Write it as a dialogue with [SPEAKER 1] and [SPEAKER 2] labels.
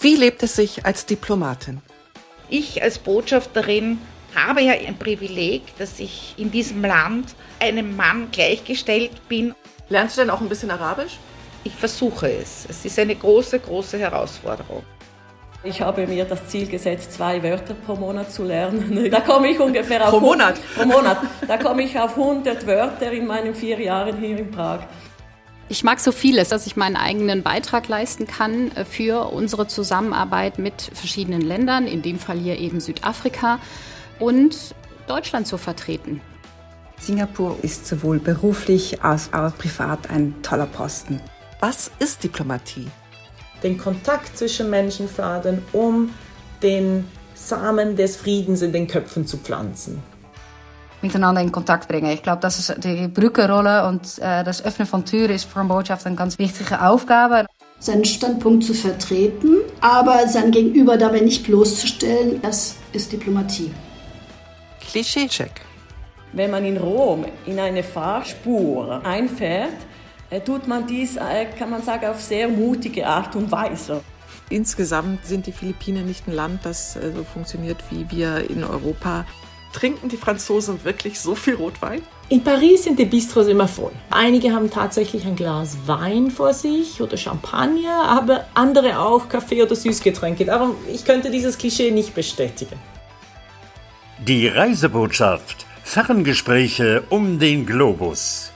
[SPEAKER 1] Wie lebt es sich als Diplomatin?
[SPEAKER 2] Ich als Botschafterin habe ja ein Privileg, dass ich in diesem Land einem Mann gleichgestellt bin.
[SPEAKER 1] Lernst du denn auch ein bisschen Arabisch?
[SPEAKER 2] Ich versuche es. Es ist eine große, große Herausforderung.
[SPEAKER 3] Ich habe mir das Ziel gesetzt, zwei Wörter pro Monat zu lernen. Da komme ich ungefähr auf
[SPEAKER 1] Pro Monat?
[SPEAKER 3] pro Monat. Da komme ich auf 100 Wörter in meinen vier Jahren hier in Prag.
[SPEAKER 4] Ich mag so vieles, dass ich meinen eigenen Beitrag leisten kann äh, für unsere Zusammenarbeit mit verschiedenen Ländern, in dem Fall hier eben Südafrika und Deutschland zu vertreten.
[SPEAKER 5] Singapur ist sowohl beruflich als auch privat ein toller Posten.
[SPEAKER 1] Was ist Diplomatie?
[SPEAKER 6] den Kontakt zwischen Menschen fördern, um den Samen des Friedens in den Köpfen zu pflanzen.
[SPEAKER 7] miteinander in contact brengen. Ich glaube, das ist die Brücke rollen und äh, das Öffnen von Türen ist für einen Botschafter eine ganz wichtige Aufgabe.
[SPEAKER 8] seinen Standpunkt zu vertreten, aber sein Gegenüber dabei nicht bloßzustellen, das ist Diplomatie.
[SPEAKER 1] Klischeecheck.
[SPEAKER 3] Wenn man in Rom in eine Fahrspur einfährt, äh, tut man dies, äh, kann man sagen, auf sehr mutige Art und Weise.
[SPEAKER 9] Insgesamt sind die Philippinen nicht ein Land, das äh, so funktioniert wie wir in Europa.
[SPEAKER 1] Trinken die Franzosen wirklich so viel Rotwein?
[SPEAKER 6] In Paris sind die Bistros immer voll. Einige haben tatsächlich ein Glas Wein vor sich oder Champagner, aber andere auch Kaffee oder Süßgetränke. Darum, ich könnte dieses Klischee nicht bestätigen.
[SPEAKER 10] Die Reisebotschaft. Ferngespräche um den Globus.